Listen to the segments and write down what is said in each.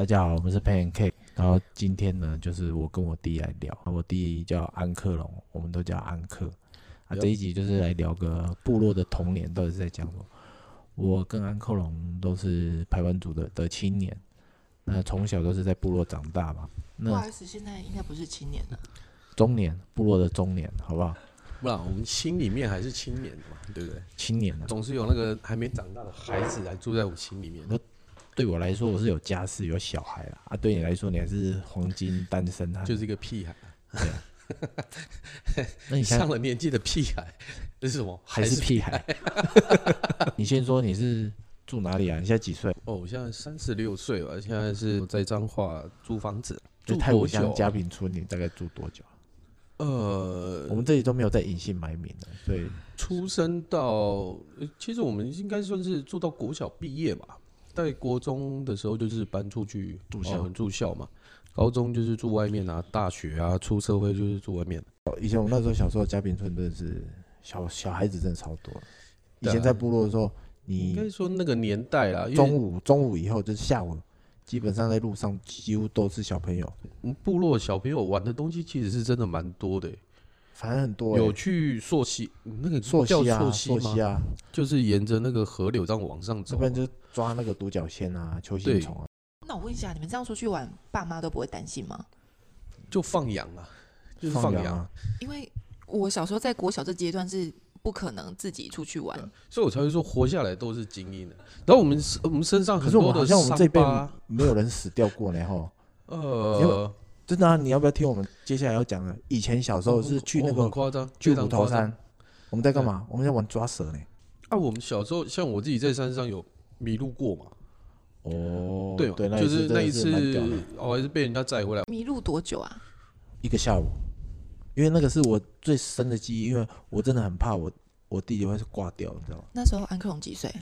大家好，我们是 Pan Cake。然后今天呢，就是我跟我弟来聊，我弟叫安克龙，我们都叫安克。啊， Yup 这一集就是来聊个部落的童年到底是在讲什么。我跟安克龙都是排湾族的的青年，那从小都是在部落长大嘛。不好那意思，现在应该不是青年了。中年部落的中年，好不好？不然我们心里面还是青年的嘛，对不对？青年呢、啊总是有那个还没长大的孩子还住在我心里面。嗯对我来说我是有家室有小孩啦，啊，对你来说你还是黄金单身啊汉。就是一个屁孩，那你现在上了年纪的屁孩， 这是什么？还是屁孩？ 你先说你是住哪里啊？你现在几岁？哦，我现在三十六岁了，现在是在彰化租房子，就住太多武乡久？啊嘉平村，你大概住多久啊？呃我，们这里都没有在隐姓埋名的，所以出生到，呃其实我们应该算是住到国小毕业吧。在国中的时候就是搬出去住校哦住校嘛。高中就是住外面啊，大学啊，出社会就是住外面。以前我那时候小时候嘉平村真的是小小孩子真的超多。以对啊前在部落的时候，应该你说那个年代啦，因中为午中午以后就是下午，基本上在路上几乎都是小朋友，我们部落小朋友玩的东西其实是真的蛮多的欸、反正很多、有欸。去溯溪，那个溯叫溪啊，溯溯吗溪？啊，就是沿着那个河流这样往上这走边。就是抓那个独角仙啊、球形对虫啊。那我问一下，你们这样出去玩，爸妈都不会担心吗？就放羊啊，就是放放羊羊，啊，因为我小时候在国小这阶段是不可能自己出去玩，所以我才会说活下来都是精英的。然后我们我们身上可很是我们好多的像我们这伤一辈疤，没有人死掉过呢，吼！因呃，真的啊，你要不要听我们接下来要讲的？以前小时候是去那哦个很夸张，去非常虎头夸张山，我们在干嘛？我们在玩抓蛇呢。啊。我们小时候像我自己在山上有迷路过嘛，哦对嘛，对，就一次是真那的一是蛮屌的次哦，还是被人家载回来。迷路多久啊？一个下午，因为那个是我最深的记忆，因为我真的很怕我我弟弟会挂掉，你知道吗？那时候安克龙几岁？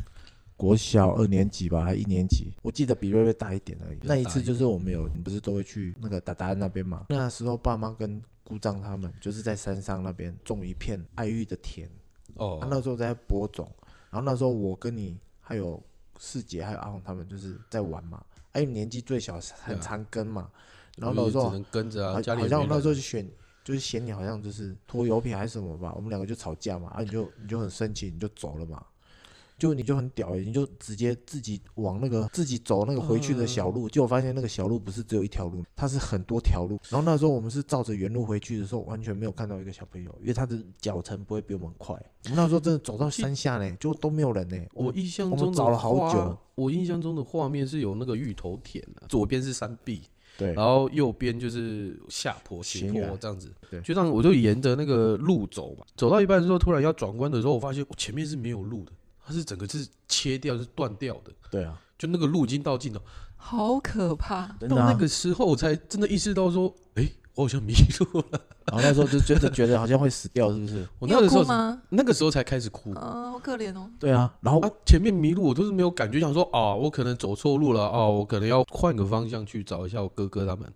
国小二年级吧，还一年级，我记得比瑞瑞大一点而已。比那较大一一点次就是我们有，你不是都会去那个达达那边嘛？那时候爸妈跟姑丈他们就是在山上那边种一片爱玉的田，哦，啊、那时候在播种，然后那时候我跟你还有四姐还有阿红他们就是在玩嘛，哎、因为年纪最小很对啊常跟嘛，然后我那也时候只能跟着啊，好家里好也像没我那人时候就选就是嫌你好像就是拖油瓶还是什么吧，我们两个就吵架嘛，啊你就你就很生气你就走了嘛。就你就很屌、欸，你就直接自己往那个自己走那个回去嗯的小路，结果发现那个小路不是只有一条路，它是很多条路。然后那时候我们是照着原路回去的时候，完全没有看到一个小朋友，因为他的脚程不会比我们快。我们那时候真的走到山下呢，就都没有人呢、我印象我中们的找了好画久，我印象中的画面是有那个芋头田、啊，左边是山壁，对然后右边就是下坡斜行坡人这样子。对就这样我就沿着那个路走嘛，走到一半之后，突然要转弯的时候，我发现我哦前面是没有路的，它是整个是切掉、是断掉的，对啊，就那个路已经到尽头。好可怕！真到的、啊那。个时候，我才真的意识到说，哎、我好像迷路了。然后那时候就觉得觉得好像会死掉，是不是？我你那个有时候哭是，吗？那个时候才开始哭。嗯、好可怜哦。对啊。然后啊，前面迷路我都是没有感觉，想说啊，我可能走错路了啊，我可能要换个方向去找一下我哥哥他们。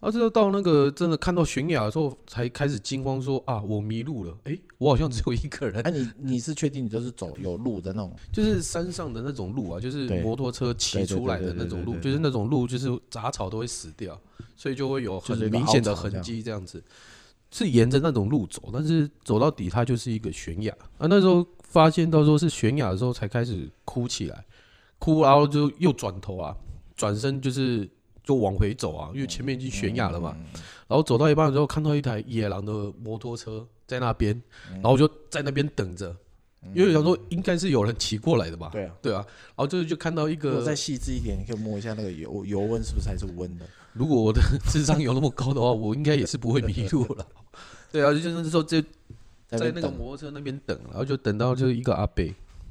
啊，直到到那个真的看到悬崖的时候，才开始惊慌说啊，我迷路了，诶，我好像只有一个人哎、。你你是确定你就是走有路的那种？就是山上的那种路啊，就是对摩托车骑出来的那对对对种对对路，对就是那种路，就是杂草都会死掉，所以就会有很就是一个明显的凹槽这痕样迹这样子。是沿着那种路走，但是走到底它就是一个悬崖啊。那时候发现到说是悬崖的时候，才开始哭起来，哭然后就又转头啊，转身就是就往回走啊，因为前面已经悬崖了嗯嘛。然后走到一半的时候，看到一台野狼的摩托车在那边，嗯然后我就在那边等着，因为想说应该是有人骑过来的吧。对啊。对啊，然后就是就看到一如果个再，细致一点，你可以摸一下那个油油温是不是还是温的？如果我的智商有那么高的话，我应该也是不会迷路了。对啊，就是那时候就在边那个等摩托车那边等，然后就等到就是一个阿伯，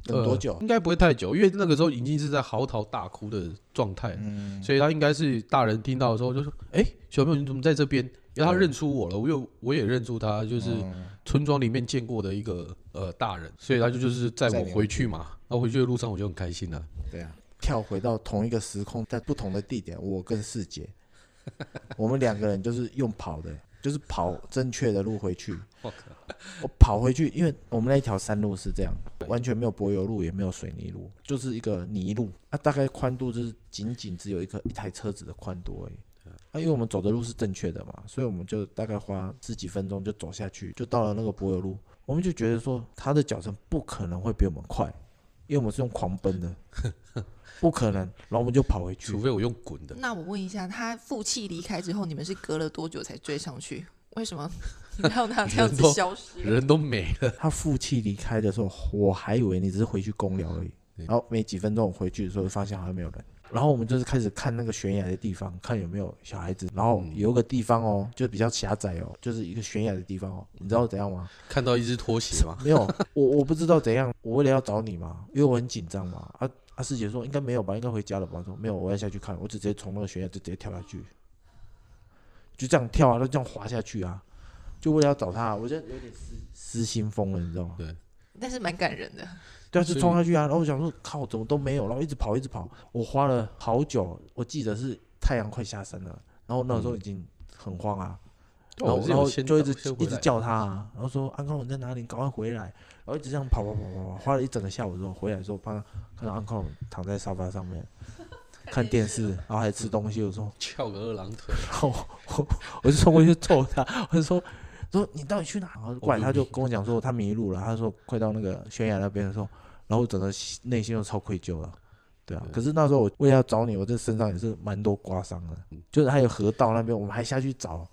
等多久呃？应该不会太久，因为那个时候已经是在嚎啕大哭的状态，嗯所以他应该是大人听到的时候就说：“哎、小朋友你怎么在这边？”因为他认出我了，我嗯又我也认出他，就是村庄里面见过的一个呃大人，所以他就就是载载我你回去嘛。然后回去的路上我就很开心了、对啊，跳回到同一个时空，在不同的地点，我跟世杰，我们两个人就是用跑的，就是跑正确的路回去。我我跑回去，因为我们那一条山路是这样，我完全没有柏油路，也没有水泥路，就是一个泥路。它、大概宽度就是仅仅只有一个一台车子的宽度而已。啊，因为我们走的路是正确的嘛，所以我们就大概花十几分钟就走下去，就到了那个柏油路。我们就觉得说，他的脚程不可能会比我们快，因为我们是用狂奔的，不可能。然后我们就跑回去除，非我用滚的，那我问一下，他负气离开之后，你们是隔了多久才追上 去？为什么让他这样子消失？人都没了。他负气离开的时候，我还以为你只是回去公聊而已。然后没几分钟，我回去的时候发现好像没有人。然后我们就是开始看那个悬崖的地方，看有没有小孩子。然后有一个地方哦，就比较狭窄哦，就是一个悬崖的地方哦。你知道怎样吗？看到一只拖鞋吗？没有，我我不知道怎样。我为了要找你嘛，因为我很紧张嘛。啊啊，师姐说应该没有吧，应该回家了吧？我说没有，我要下去看。我就直接从那个悬崖就直接跳下去，就这样跳啊，就这样滑下去啊，就为了要找他。我就有点失失心疯了，你知道吗？但是蛮感人的。对啊，就所以冲下去啊！然后我想说，靠，怎么都没有，然后一直跑，一直跑。我花了好久，我记得是太阳快下山了，然后那个时候已经很慌啊，然嗯哦后我是然有后先就一找直先回一直来叫他、啊，然后说安康龙在哪里，赶快回来，然后一直这样跑跑跑跑跑，花了一整个下午之后回来的时候，帮他看到安康龙躺在沙发上面看电视，然后还吃东西，我说翘个二郎腿，然后我我我就冲过去揍他，我就说说你到底去哪？然后过来他就跟我讲说他迷路了，他说快到那个悬崖那边的时候，然后我整个心内心又超愧疚了。对啊，可是那时候我为了要找你，我这身上也是蛮多刮伤的，就是还有河道那边，我们还下去找，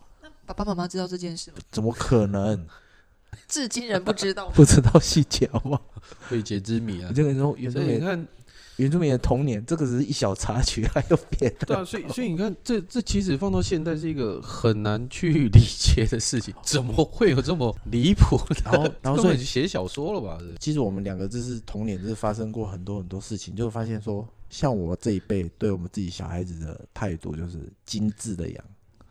爸爸妈妈知道这件事吗？怎么可能 至今仍不知道。不知道细节好不好？未解之 谜啊你。这个说原住所以你民看，原住民的童年，这个只是一小插曲，还有别的。对啊，所以所以你看，这这其实放到现在是一个很难去 理解的事情，怎么会有这么离谱的？然后然后根所以本写小说了吧？这其实我们两个就是童年，就是发生过很多很多事情，就发现说，像我这一辈对我们自己小孩子的态度就是精致的养，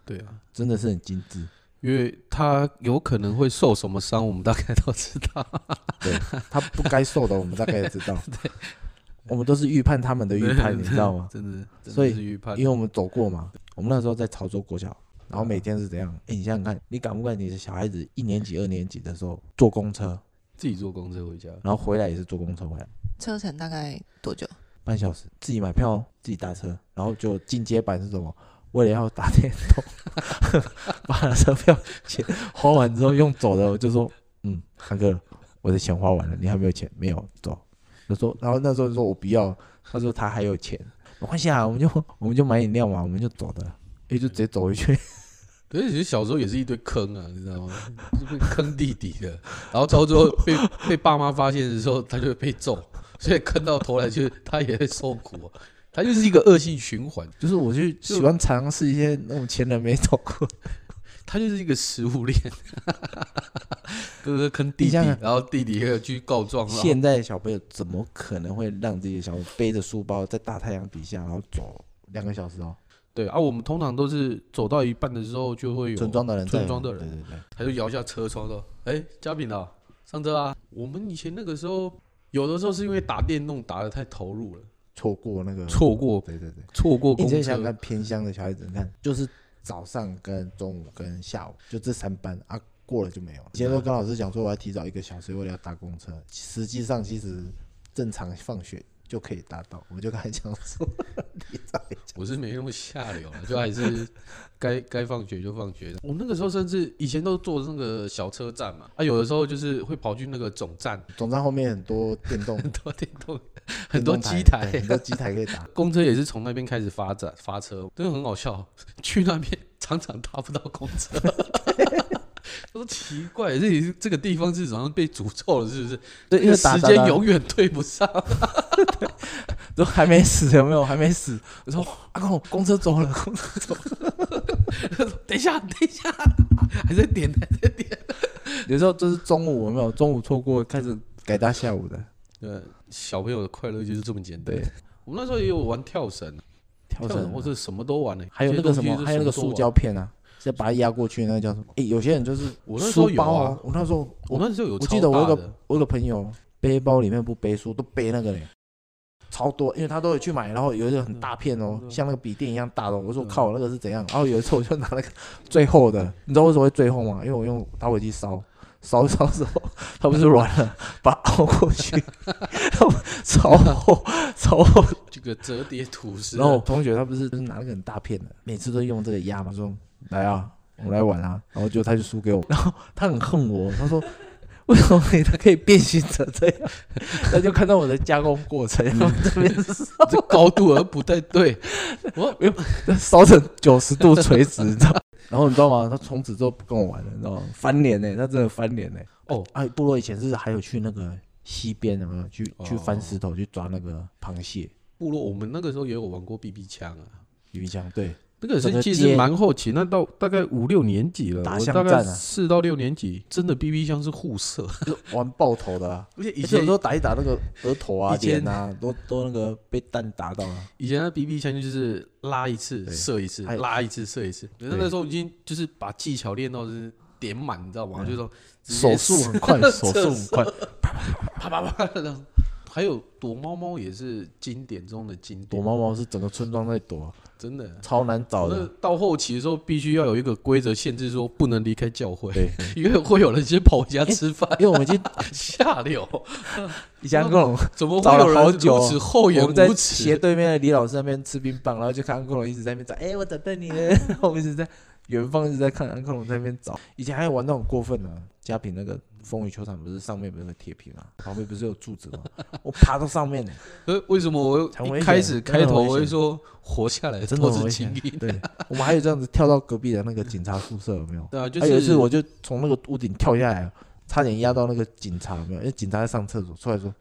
对啊，真的是很精致。因为他有可能会受什么伤，我们大概都知道。对他不该受的，我们大概也知道。我们都是预判他们的预判，你知道吗？真的，真的所以是预判因为我们走过嘛，我们那时候在潮州国小，然后每天是怎样？哎，你想想看，你敢不敢你的小孩子一年级、二年级的时候坐公车，自己坐公车回家，然后回来也是坐公车回来？ 车程大概多久？半小时，自己买票，自己搭车，然后就进阶版是什么？为了要打电动， 把车票钱花完之后用走的，我就说，嗯，韩哥，我的钱花完了，你还没有钱？没有，走。他说，然后那时候就说我不要，他说他还有钱，没关系啊，我们就我们就买饮料嘛，我们就走的，也就直接走回去。可是其实小时候也是一堆坑啊，你知道吗？就被坑弟弟的，然后到最后被被爸妈发现的时候，他就会被揍，所以坑到头来就是他也会受苦，啊他就是一个恶性循环， 就是我去喜欢尝试一些那种前人没走过，他就是一个食物链， 哥哥坑弟你弟，想想然后弟弟又去告状，然后现在的小朋友怎么可能会让自己的小朋友背着书包在大太阳底下然后走两个小时哦？对啊，我们通常都是走到一半的时候就会有村庄的人在村吗，庄的人对对对，他就摇下车窗说：“哎、嘉炳啊，上车啊！”我们以前那个时候，有的时候是因为打电动打的太投入了，错过那个，错过对对对。错过你公再想想车看，，偏乡的小孩子，你看就是早上跟中午跟下午就这三班啊，过了就没有了。以前都跟老师讲说我要提早一个小时，为了要搭公车，实际上其实正常放学就可以搭到。我就刚才讲说，提早一我是没那么下流了， 就还是该该放学就放学。我那个时候甚至以前都坐那个小车站嘛，啊，有的时候就是会跑去那个总站，总站后面很多电动，很多电动， 很多电动机台，台对，很多机台可以 打。公车也是从那边开始发展发车，真的很好笑。 去那边常常搭不到公车， 我说奇怪，这里是这个地方是好像被诅咒了，是不是？对，因为打时打间打永远对不上。 都还没死， 有没有？还没死。我 说阿公，公车走了，公车走了。等一下，等一下， 还在点，还在点。有时候就是中午，有没有？中午错过，开始改搭下午的。对，小朋友的快乐就是这么简单。对，我们那时候也有玩跳绳，跳跳绳啊绳或者什么都玩呢、欸还有那个什么，还有那个塑胶这些东西就是什么都玩。片啊，是把它压过去，那个叫什么？诶，有些人就是我那时候书有包啊啊，我那时候我我那时候有我超记得我大有的个我有个朋友背包里面不背书，都背那个嘞，超多，因为他都有去买，然后有一个很大片哦，像那个笔电一样大的哦，我说嗯靠，我那 个是怎样？然后有一次我就拿那个最厚的，你知道为什么会最厚吗？因为我用打火机烧，烧一烧之后，它不是软了，把它凹过去， 然后超厚超厚。这个折叠图是，然后我同学他不是就是拿那个很大片的，每次都用这个压嘛，说来啊，我们来玩啊，然后就他就输给我，然后他很恨我，他说。为什么你的可以变形成这样？他就看到我的加工过程，然后这边是 这高度而不太对，我烧成九十度垂直，你知道？然后你知道吗？他从此之后不跟我玩了，你知道吗？翻脸呢、他真的翻脸呢、哦，哎，部落以前是还有去那个溪边，有没有去去哦翻石头去抓那个螃蟹、部落我们那个时候也有玩过 BB 枪啊。鱼枪？对，那个整是个其街实蛮后期，那到大概五六年级了，打我巷大概战啊四到六年级，真的 BB 枪是 互射，就是玩爆头的、啊。而且以以前前有时候打一打那个额头啊、以前脸啊，都都那个被弹打到啊了。以前的 BB 枪就是拉一次对射一次，还有拉一次射一次。那那时候已经就是把技巧练到就是点满，你知道吗？就是说直手接速很 快，手速很快，啪啪啪的。还有躲猫猫也是经典中的经典， 躲猫猫是整个村庄在躲，真的。超难找那的。到后期的时候，必须要有一个规则限制，说不能离开教会，对， 因为会有人先跑回家吃饭，因为我们已经下流。 以前跟我们怎么会找了有人好如久此厚颜我们在无斜耻？对面的李老师那边吃冰棒，然后就看安克龙一直在 那边找，哎、我找到你了。然 后我们一直在远方一直在看安克龙在那边找。以前还有玩那种过分的、啊，嘉平那个风雨球场不是上面不是有个铁皮吗？旁边不是有柱子 吗？我爬到上面呢、呃，为什么很我危一险开始开头真的很我危会险说活下来真的都很是危精险英？对，我们还有这样子跳到隔壁的那个警察宿舍，有没有？对啊，就还有一次，是我就从那个屋顶跳下来，差点压到那个警察，有没有？因为警察在上厕所，出来说：“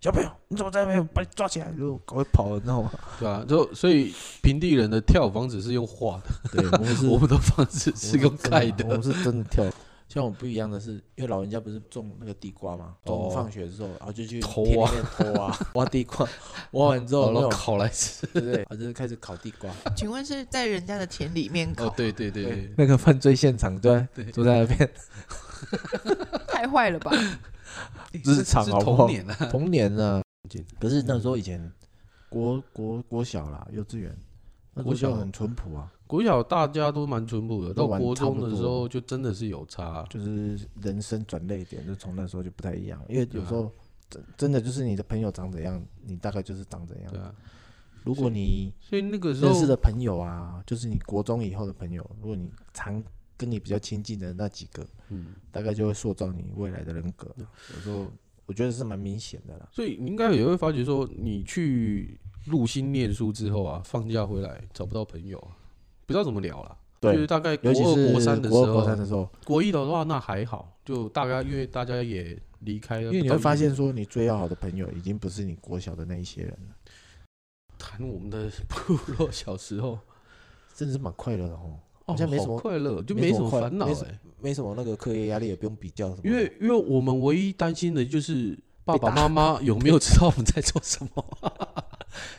小朋友，你怎么在那边？把你抓起来！”就赶快跑了，你知道吗？对啊，就所以平地人的跳房子是用画的，对， 我们是我们的房子是用盖我们的。是真的跳。像我不一样的是，因为老人家不是种那个地瓜嘛，哦中午放学之后，然后就去偷田里面偷啊，挖地瓜，挖完之后，好没了，有哦烤 来吃。对对，他就是开始烤地瓜。请问是在人家的田里面哦烤，？对对对对，那个犯罪现场，对对，坐在那边太坏了吧？日常是好不童好？年啊，哎 童年呢，可是那时候以前国国国小啦，幼稚园，那国国小小很淳朴啊，国小大家都蛮淳朴的，到都玩国差中不的多时候就真的是有差。啊就是人生转捩点，就从那时候就不太一样，因为对有啊时候真真的就是你的朋友长怎样，你大概就是长怎样对。啊，如果你所以那个时认识候的朋友啊，就是你国中以后的朋友，如果你常跟你比较亲近的那几个，嗯大概就会塑造你未来的人格。有时候我觉得是蛮明显的啦。所以你应该也会发觉说，你去入新念书之后啊，放假回来找不到朋友啊，不知道怎么聊了。就是对，大概国尤二、其是国三的时国二国候三，的时候，国一的话那还好，就大概因为大家也离开了，因为你会发现说，你最要好的朋友已经不是你国小的那一些人了，谈我们的部落小时候，真的是蛮快乐的哦，哦，好像没什么好快乐，就没没什什么么快烦恼没什哎。没什么那个课业压力，也不用比较什么的。因为因为我们唯一担心的就是爸爸被妈妈有没有知道我们在做什 么，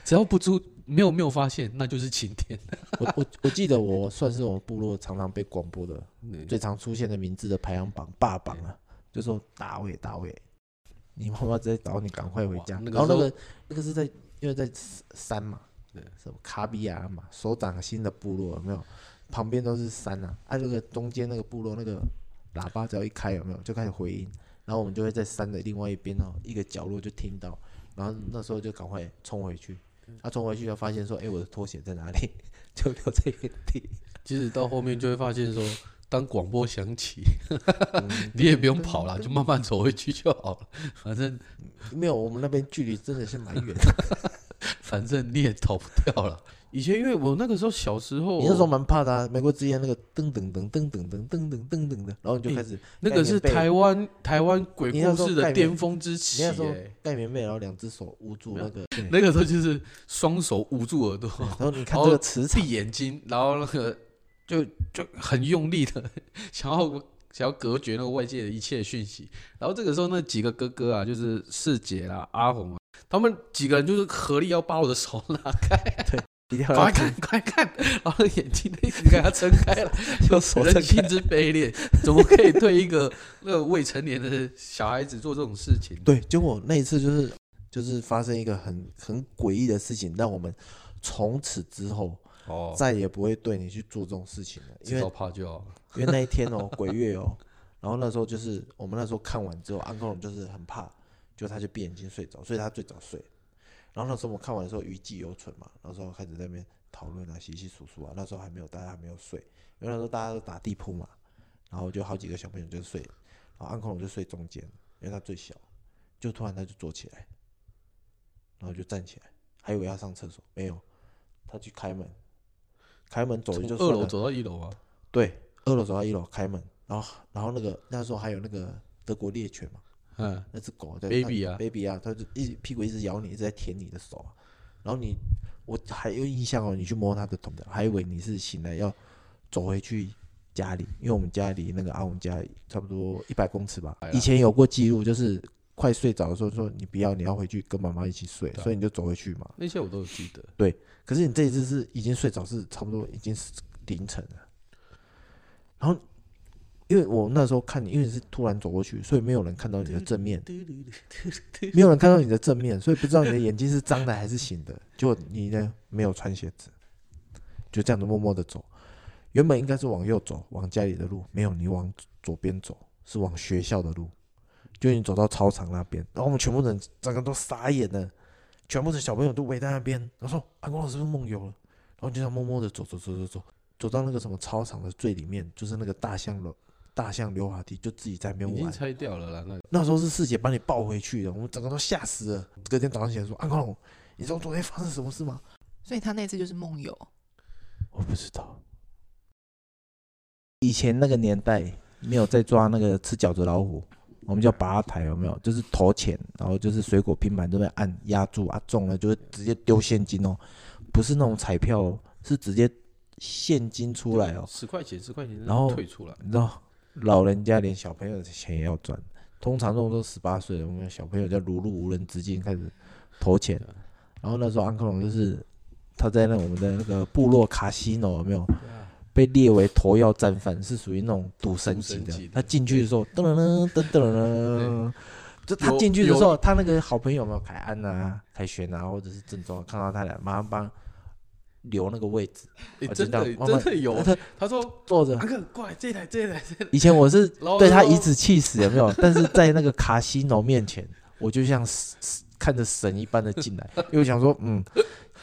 只要不出没有没有发现，那就是晴天。我我我记得我算是我们部落常常被广播的对最常出现的名字的排行榜霸榜啊，就说大卫大卫，你妈妈在找你，赶快回家哇。那个然后那时候个那个是在因为在山嘛对，什么卡比亚嘛，手掌心的部落有没有？旁边都是山啊，啊这个中间那个部落那个喇叭只要一开有没有就开始回音，然后我们就会在山的另外一边哦一个角落就听到，然后那时候就赶快冲回去。嗯他、冲回去就发现说：“哎、我的拖鞋在哪里？” 就留在原地。即使到后面就会发现说，当广播响起， 你也不用跑了，就慢慢走回去就好了。反正没有，我们那边距离真的是蛮远的。反正你也逃不掉了。以前因为我那个时候小时候，你那时候蛮怕的、啊，美国之夜那个噔噔噔噔噔噔噔噔噔噔的，然后你就开始那个是盖棉被台湾台湾鬼你那时故候事的盖棉巅峰之起、你那时候欸。盖棉被，然后两只手捂住那个，对 那个时候就是双手捂住耳朵，然后你看这个磁场闭，眼睛，然后那个就就很用力的想要想要隔绝那个外界的一切讯息。然后这个时候，那几个哥哥啊，就是世杰啦、阿红啊，他们几个人就是合力要把我的手拉开，一 定快要看快看，然后眼睛都一直给他撑开 了，就手人撑性开。之卑劣，怎么可以对一个那个未成年的小孩子做这种事情？对，结果那一次就是就是发生一个很很诡异的事情，让我们从此之后哦，再也不会对你去做这种事情了，因知为道怕就好。因为那一天哦，鬼月哦，然后那时候就是我们那时候看完之后，安克龙就是很怕，就他就闭眼睛睡着，所以他最早睡。然后那时候我们看完的时候余悸犹存嘛，那时候开始在那边讨论啊、洗洗数数啊，那时候还没有大家还没有睡，因为那时候大家都打地铺嘛，然后就好几个小朋友就睡，然后安克龙就睡中间，因为他最小，就突然他就坐起来，然后就站起来，还以为要上厕所，没有，他去开门，开门走从了就二算楼了，走到一楼啊，对，二楼走到一楼开门，然后然后那个那时候还有那个德国猎犬嘛，嗯，那只狗在 Baby 啊 b a b y 啊，它就一直屁股一直咬你，一直在舔你的手啊。然后你，我还有印象哦，你去摸它的头的，还以为你是醒来要走回去家里，因为我们家离那个阿文家差不多一百公尺哎吧。以前有过记录，就是快睡着的时候说你不要，你要回去跟妈妈一起睡，啊所以你就走回去嘛。那些我都有记得。可是你这一次是已经睡着，是差不多已经是凌晨了。然后，因为我那时候看你，因为你是突然走过去，所以没有人看到你的正面，没有人 看到你的正面，所以不知道你的眼睛是张的还是醒的。结果你呢，没有穿鞋子，就这样子默默的走。原本应该是往右走，往家里的路，没有，你往左边走，是往学校的路。就你走到操场那边，然后我们全部人整个都傻眼了。全部的小朋友都围在那边，然后说：“阿公老师是不是梦游了？”然后就这样默默的走走走走走，走到那个什么操场的最里面，就是那个大象楼大象溜滑梯，就自己在那已边经玩。拆掉了啦，那个那时候是师姐把你抱回去的，我们整个都吓死了。隔天早上起来说：“阿公老师，你知道昨天发生什么事吗 所以他那次就是梦游，？”我不知道。以前那个年代没有在抓那个吃饺子老虎，我们叫拔台，有没有？就是投钱，然后就是水果拼盘这边按压住啊，中了就会直接丢现金哦，不是那种彩票、哦，是直接现金出来哦。十块钱十块钱，然后啊退出来，你知道，老人家连小朋友的钱也要赚。通常这种都十八岁了，我们小朋友在如入无人之境开始投钱。然后那时候安克龙就是他在那我们的那个部落卡西诺有没有被列为头要战犯，是属于那种赌神级赌神的级的。他进去的时候，噔噔噔噔噔对，就他有进去的时候，他那个好朋友有没有凯安啊、凯旋啊，或者是郑州啊，看到他俩马上帮留那个位置，诶我真知道的我真们的 有。他他说坐着阿。克过来这一台这一台，这一台以前我是然后对他就说颐指气使有没有？但是在那个卡西诺面前，我就像是是看着神一般的进来，因为我想说，嗯，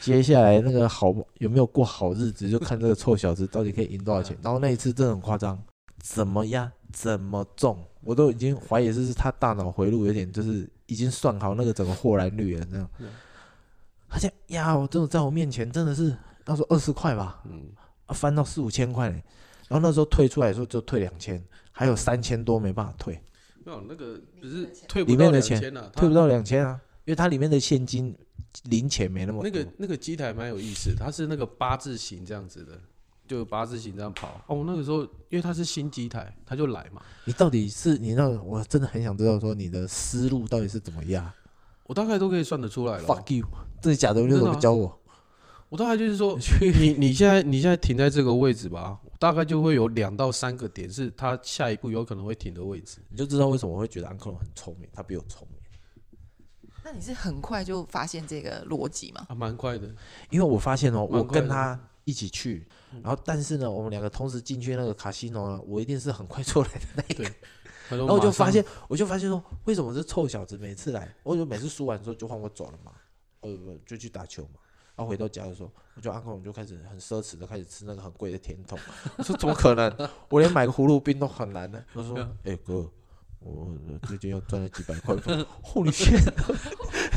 接下来那个好有没有过好日子，就看这个臭小子到底可以赢多少钱。然后那一次真的很夸张，怎么压怎么中，我都已经怀疑这是他大脑回路有点就是已经算好那个整个豁然率了那样嗯。他这样压我，真的在我面前真的是那时候二十块吧，嗯，啊翻到四五千块嘞。然后那时候退出来的时候就退两千，还有三千多没办法退，没有那个不是退不里面到两的钱千啊了，退不到到两千啊，因为它里面的现金零钱没那么那个多那个机台蛮有意思，它是那个八字形这样子的，就八字形这样跑。哦，那个时候因为它是新机台，他就来嘛。你到底是你那我真的很想知道说你的思路到底是怎么样我大概都可以算得出来了。 ？Fuck you，真的假的？你怎哎真的么啊教我？我大概就是说，你你现在你现在停在这个位置吧，大概就会有两到三个点是它下一步有可能会停的位置。你就知道为什么我会觉得安克龙很聪明，他比我聪明，那你是很快就发现这个逻辑吗？啊，蛮快 的，因为我发现哦，蛮我快的跟他一起去，然后但是呢，我们两个同时进去那个卡西诺呢，我一定是很快出来的那一个对。然然后我就发现，我就发现说，为什么这臭小子每次来，我就每次输完之后就换我走了嘛，呃，不就去打球嘛。然后回到家的时候，我就阿公我就开始很奢侈的开始吃那个很贵的甜筒。我说怎么可能？我连买个葫芦冰都很难呢。 他说：“哎、哥，我我最近又赚了几百块。”我说：“护理线。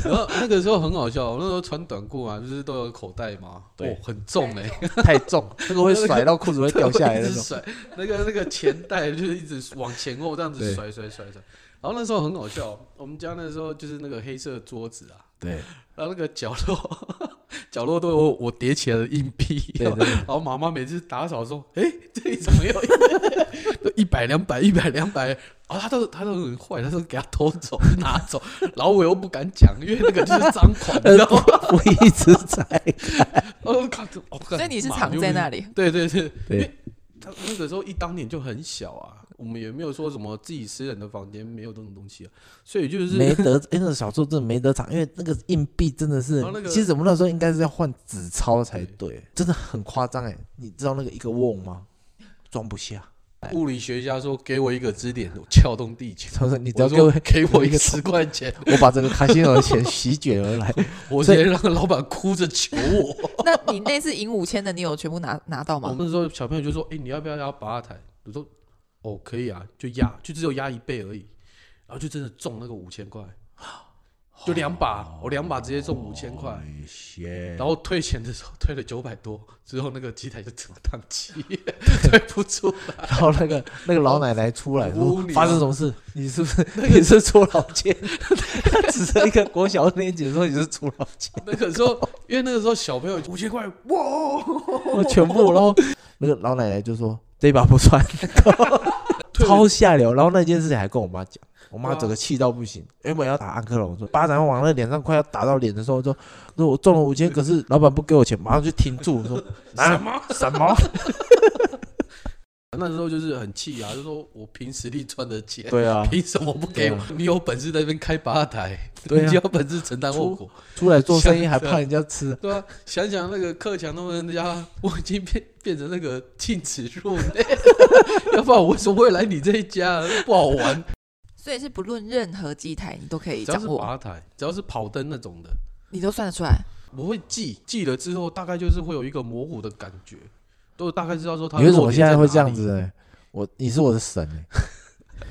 然后那个时候很好笑，我那时候穿短裤啊，就是都有口袋嘛，对哦，很重哎、欸，太重，这个会甩到裤子会 掉下来 一的那直种。甩，那个那个钱袋就是一直往前后这样子对甩甩甩甩。然后那时候很好笑，我们家那时候就是那个黑色桌子啊，对然后那个角落 角落都有我叠起来的硬币，对对 然后妈妈每次打扫说：“哎、这里怎么有 硬币？都一百两百一百两百？”啊，他都他都很坏，他都给他偷走拿走，然后我又不敢讲，因为那个就是赃款，你知道吗？我一 直在。 哦，靠这哦干所以你是妈藏又在不那里，对对对， 对因为他那个时候一当年就很小啊，我们也没有说什么自己私人的房间没有这种东西啊，所以就是没得，哎、那个小时候真的没得藏，因为那个硬币真的是，然后那个其实我们哦那时候应该是要换纸欸钞才对，真的很夸张哎！你知道那个一个瓮吗？装不下，物理学家说：“给我一个支点，我撬动地球。他说：“你”只要我给我说：“给我一一个个十块钱，我把整个卡西诺的钱席卷而来，我直所以接让老板哭着求我。那你那次赢五千的，你有全部拿拿到”哦我吗？那时候小朋友就说：“哎，你要不要压八台？”我说：“哦，可以啊，就压，就只有压一倍而已。”然后就真的中那个五千块，就两把，我两把直接中五千块。哎谢然后退钱的时候退了九百多，之后那个机台就整个宕机， 退不出来。然后那个那个老奶奶出来我说无语啊：“发生什么事？你是不是你是出老千？” 只剩一个国小二年级说你是出老千，那个时候，因为那个时候小朋友五千块，哇，我全部。然后那个老奶奶就说：“这一把不算，退超下流。”然后那件事情还跟我妈讲，我妈哇整个气到不行。原本要打安克龙，说巴掌往那脸上快要打到脸的时候，说：“说我中了五千，可是老板不给我钱，马上就停住。”我说：“什 啊么？ 什么？那时候就是很气啊，就说我凭实力赚的钱，对啊，凭什么不给我对？你有本事在那边开吧台，对啊你就有本事承担后果，出来做生意还怕人家 吃，对啊，想想那个克强他们家，我已经变变成那个禁止入内， 要不然我为什么会来你这一家？不好玩。所以是不论任何机台，你都可以只要掌是握，吧台，只要是跑灯那种的，你都算得出来。我会记，记了之后大概就是会有一个模糊的感觉，都大概知道说他。你为什么现在会这样？子呢？我你是我的神欸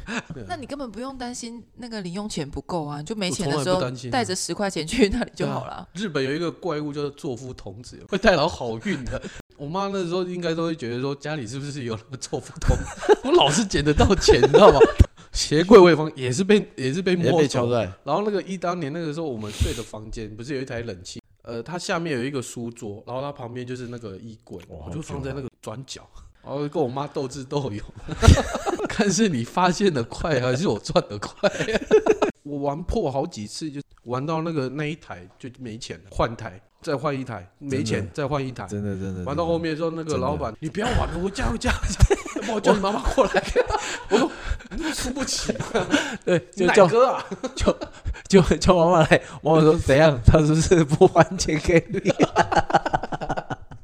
嗯那你根本不用担心那个零用钱不够啊，你就没钱的我从时来不候担心啊带着十块钱去那里就好了。日本有一个怪物叫做作夫童子，会带来好运的。我妈那时候应该都会觉得说家里是不是有那个作夫童，我老是捡得到钱，你知道吗？ 鞋柜位方也是被也是 被摸走断。然后那个一当年那个时候我们睡的房间不是有一台冷气，呃，它下面有一个书桌，然后它旁边就是那个衣柜，哇啊我好就久放在啊那个转角，然后跟我妈斗智斗勇， 看是你发现的快还是我赚的快。 我玩破好几次，就玩到那个那一台就没钱了，换台再换一台，没真钱的再换一台。真的真的。玩到后面啊的时候，那个真的老板，你不要玩了，我加油加油加油，帮我叫你妈妈过来。 我说你怎么输不起，对，就你奶叫 哥啊。就叫妈妈来，妈妈说怎样，她是不是不还钱给你？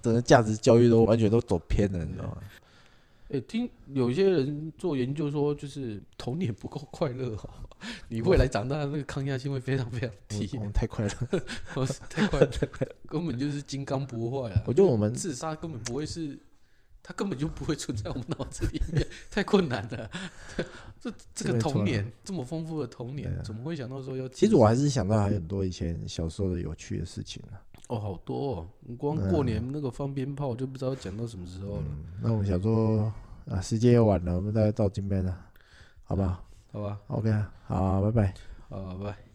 整个价值教育都完全都走偏了，你 知道吗？哎、听有些人做研究说，就是童年不够快乐哦，你未来长大的那个抗压性会非常非常低，我们太快了，我是 太快乐，根本就是金刚不坏啊！我觉得我们自杀根本不会是，它根本就不会存在我们脑子里面， 太困难了。这这这个没错童啊年这么丰富的童年对，啊怎么会想到说要自杀？其实我还是想到还有很多以前小时候的有趣的事情啊哦，好多哦，你光嗯过年那个放鞭炮就不知道讲到什么时候了，那我们想说啊，时间也晚了，我们大概到这边了，好不好啊好吧？啊？OK，好，拜拜。好，拜拜。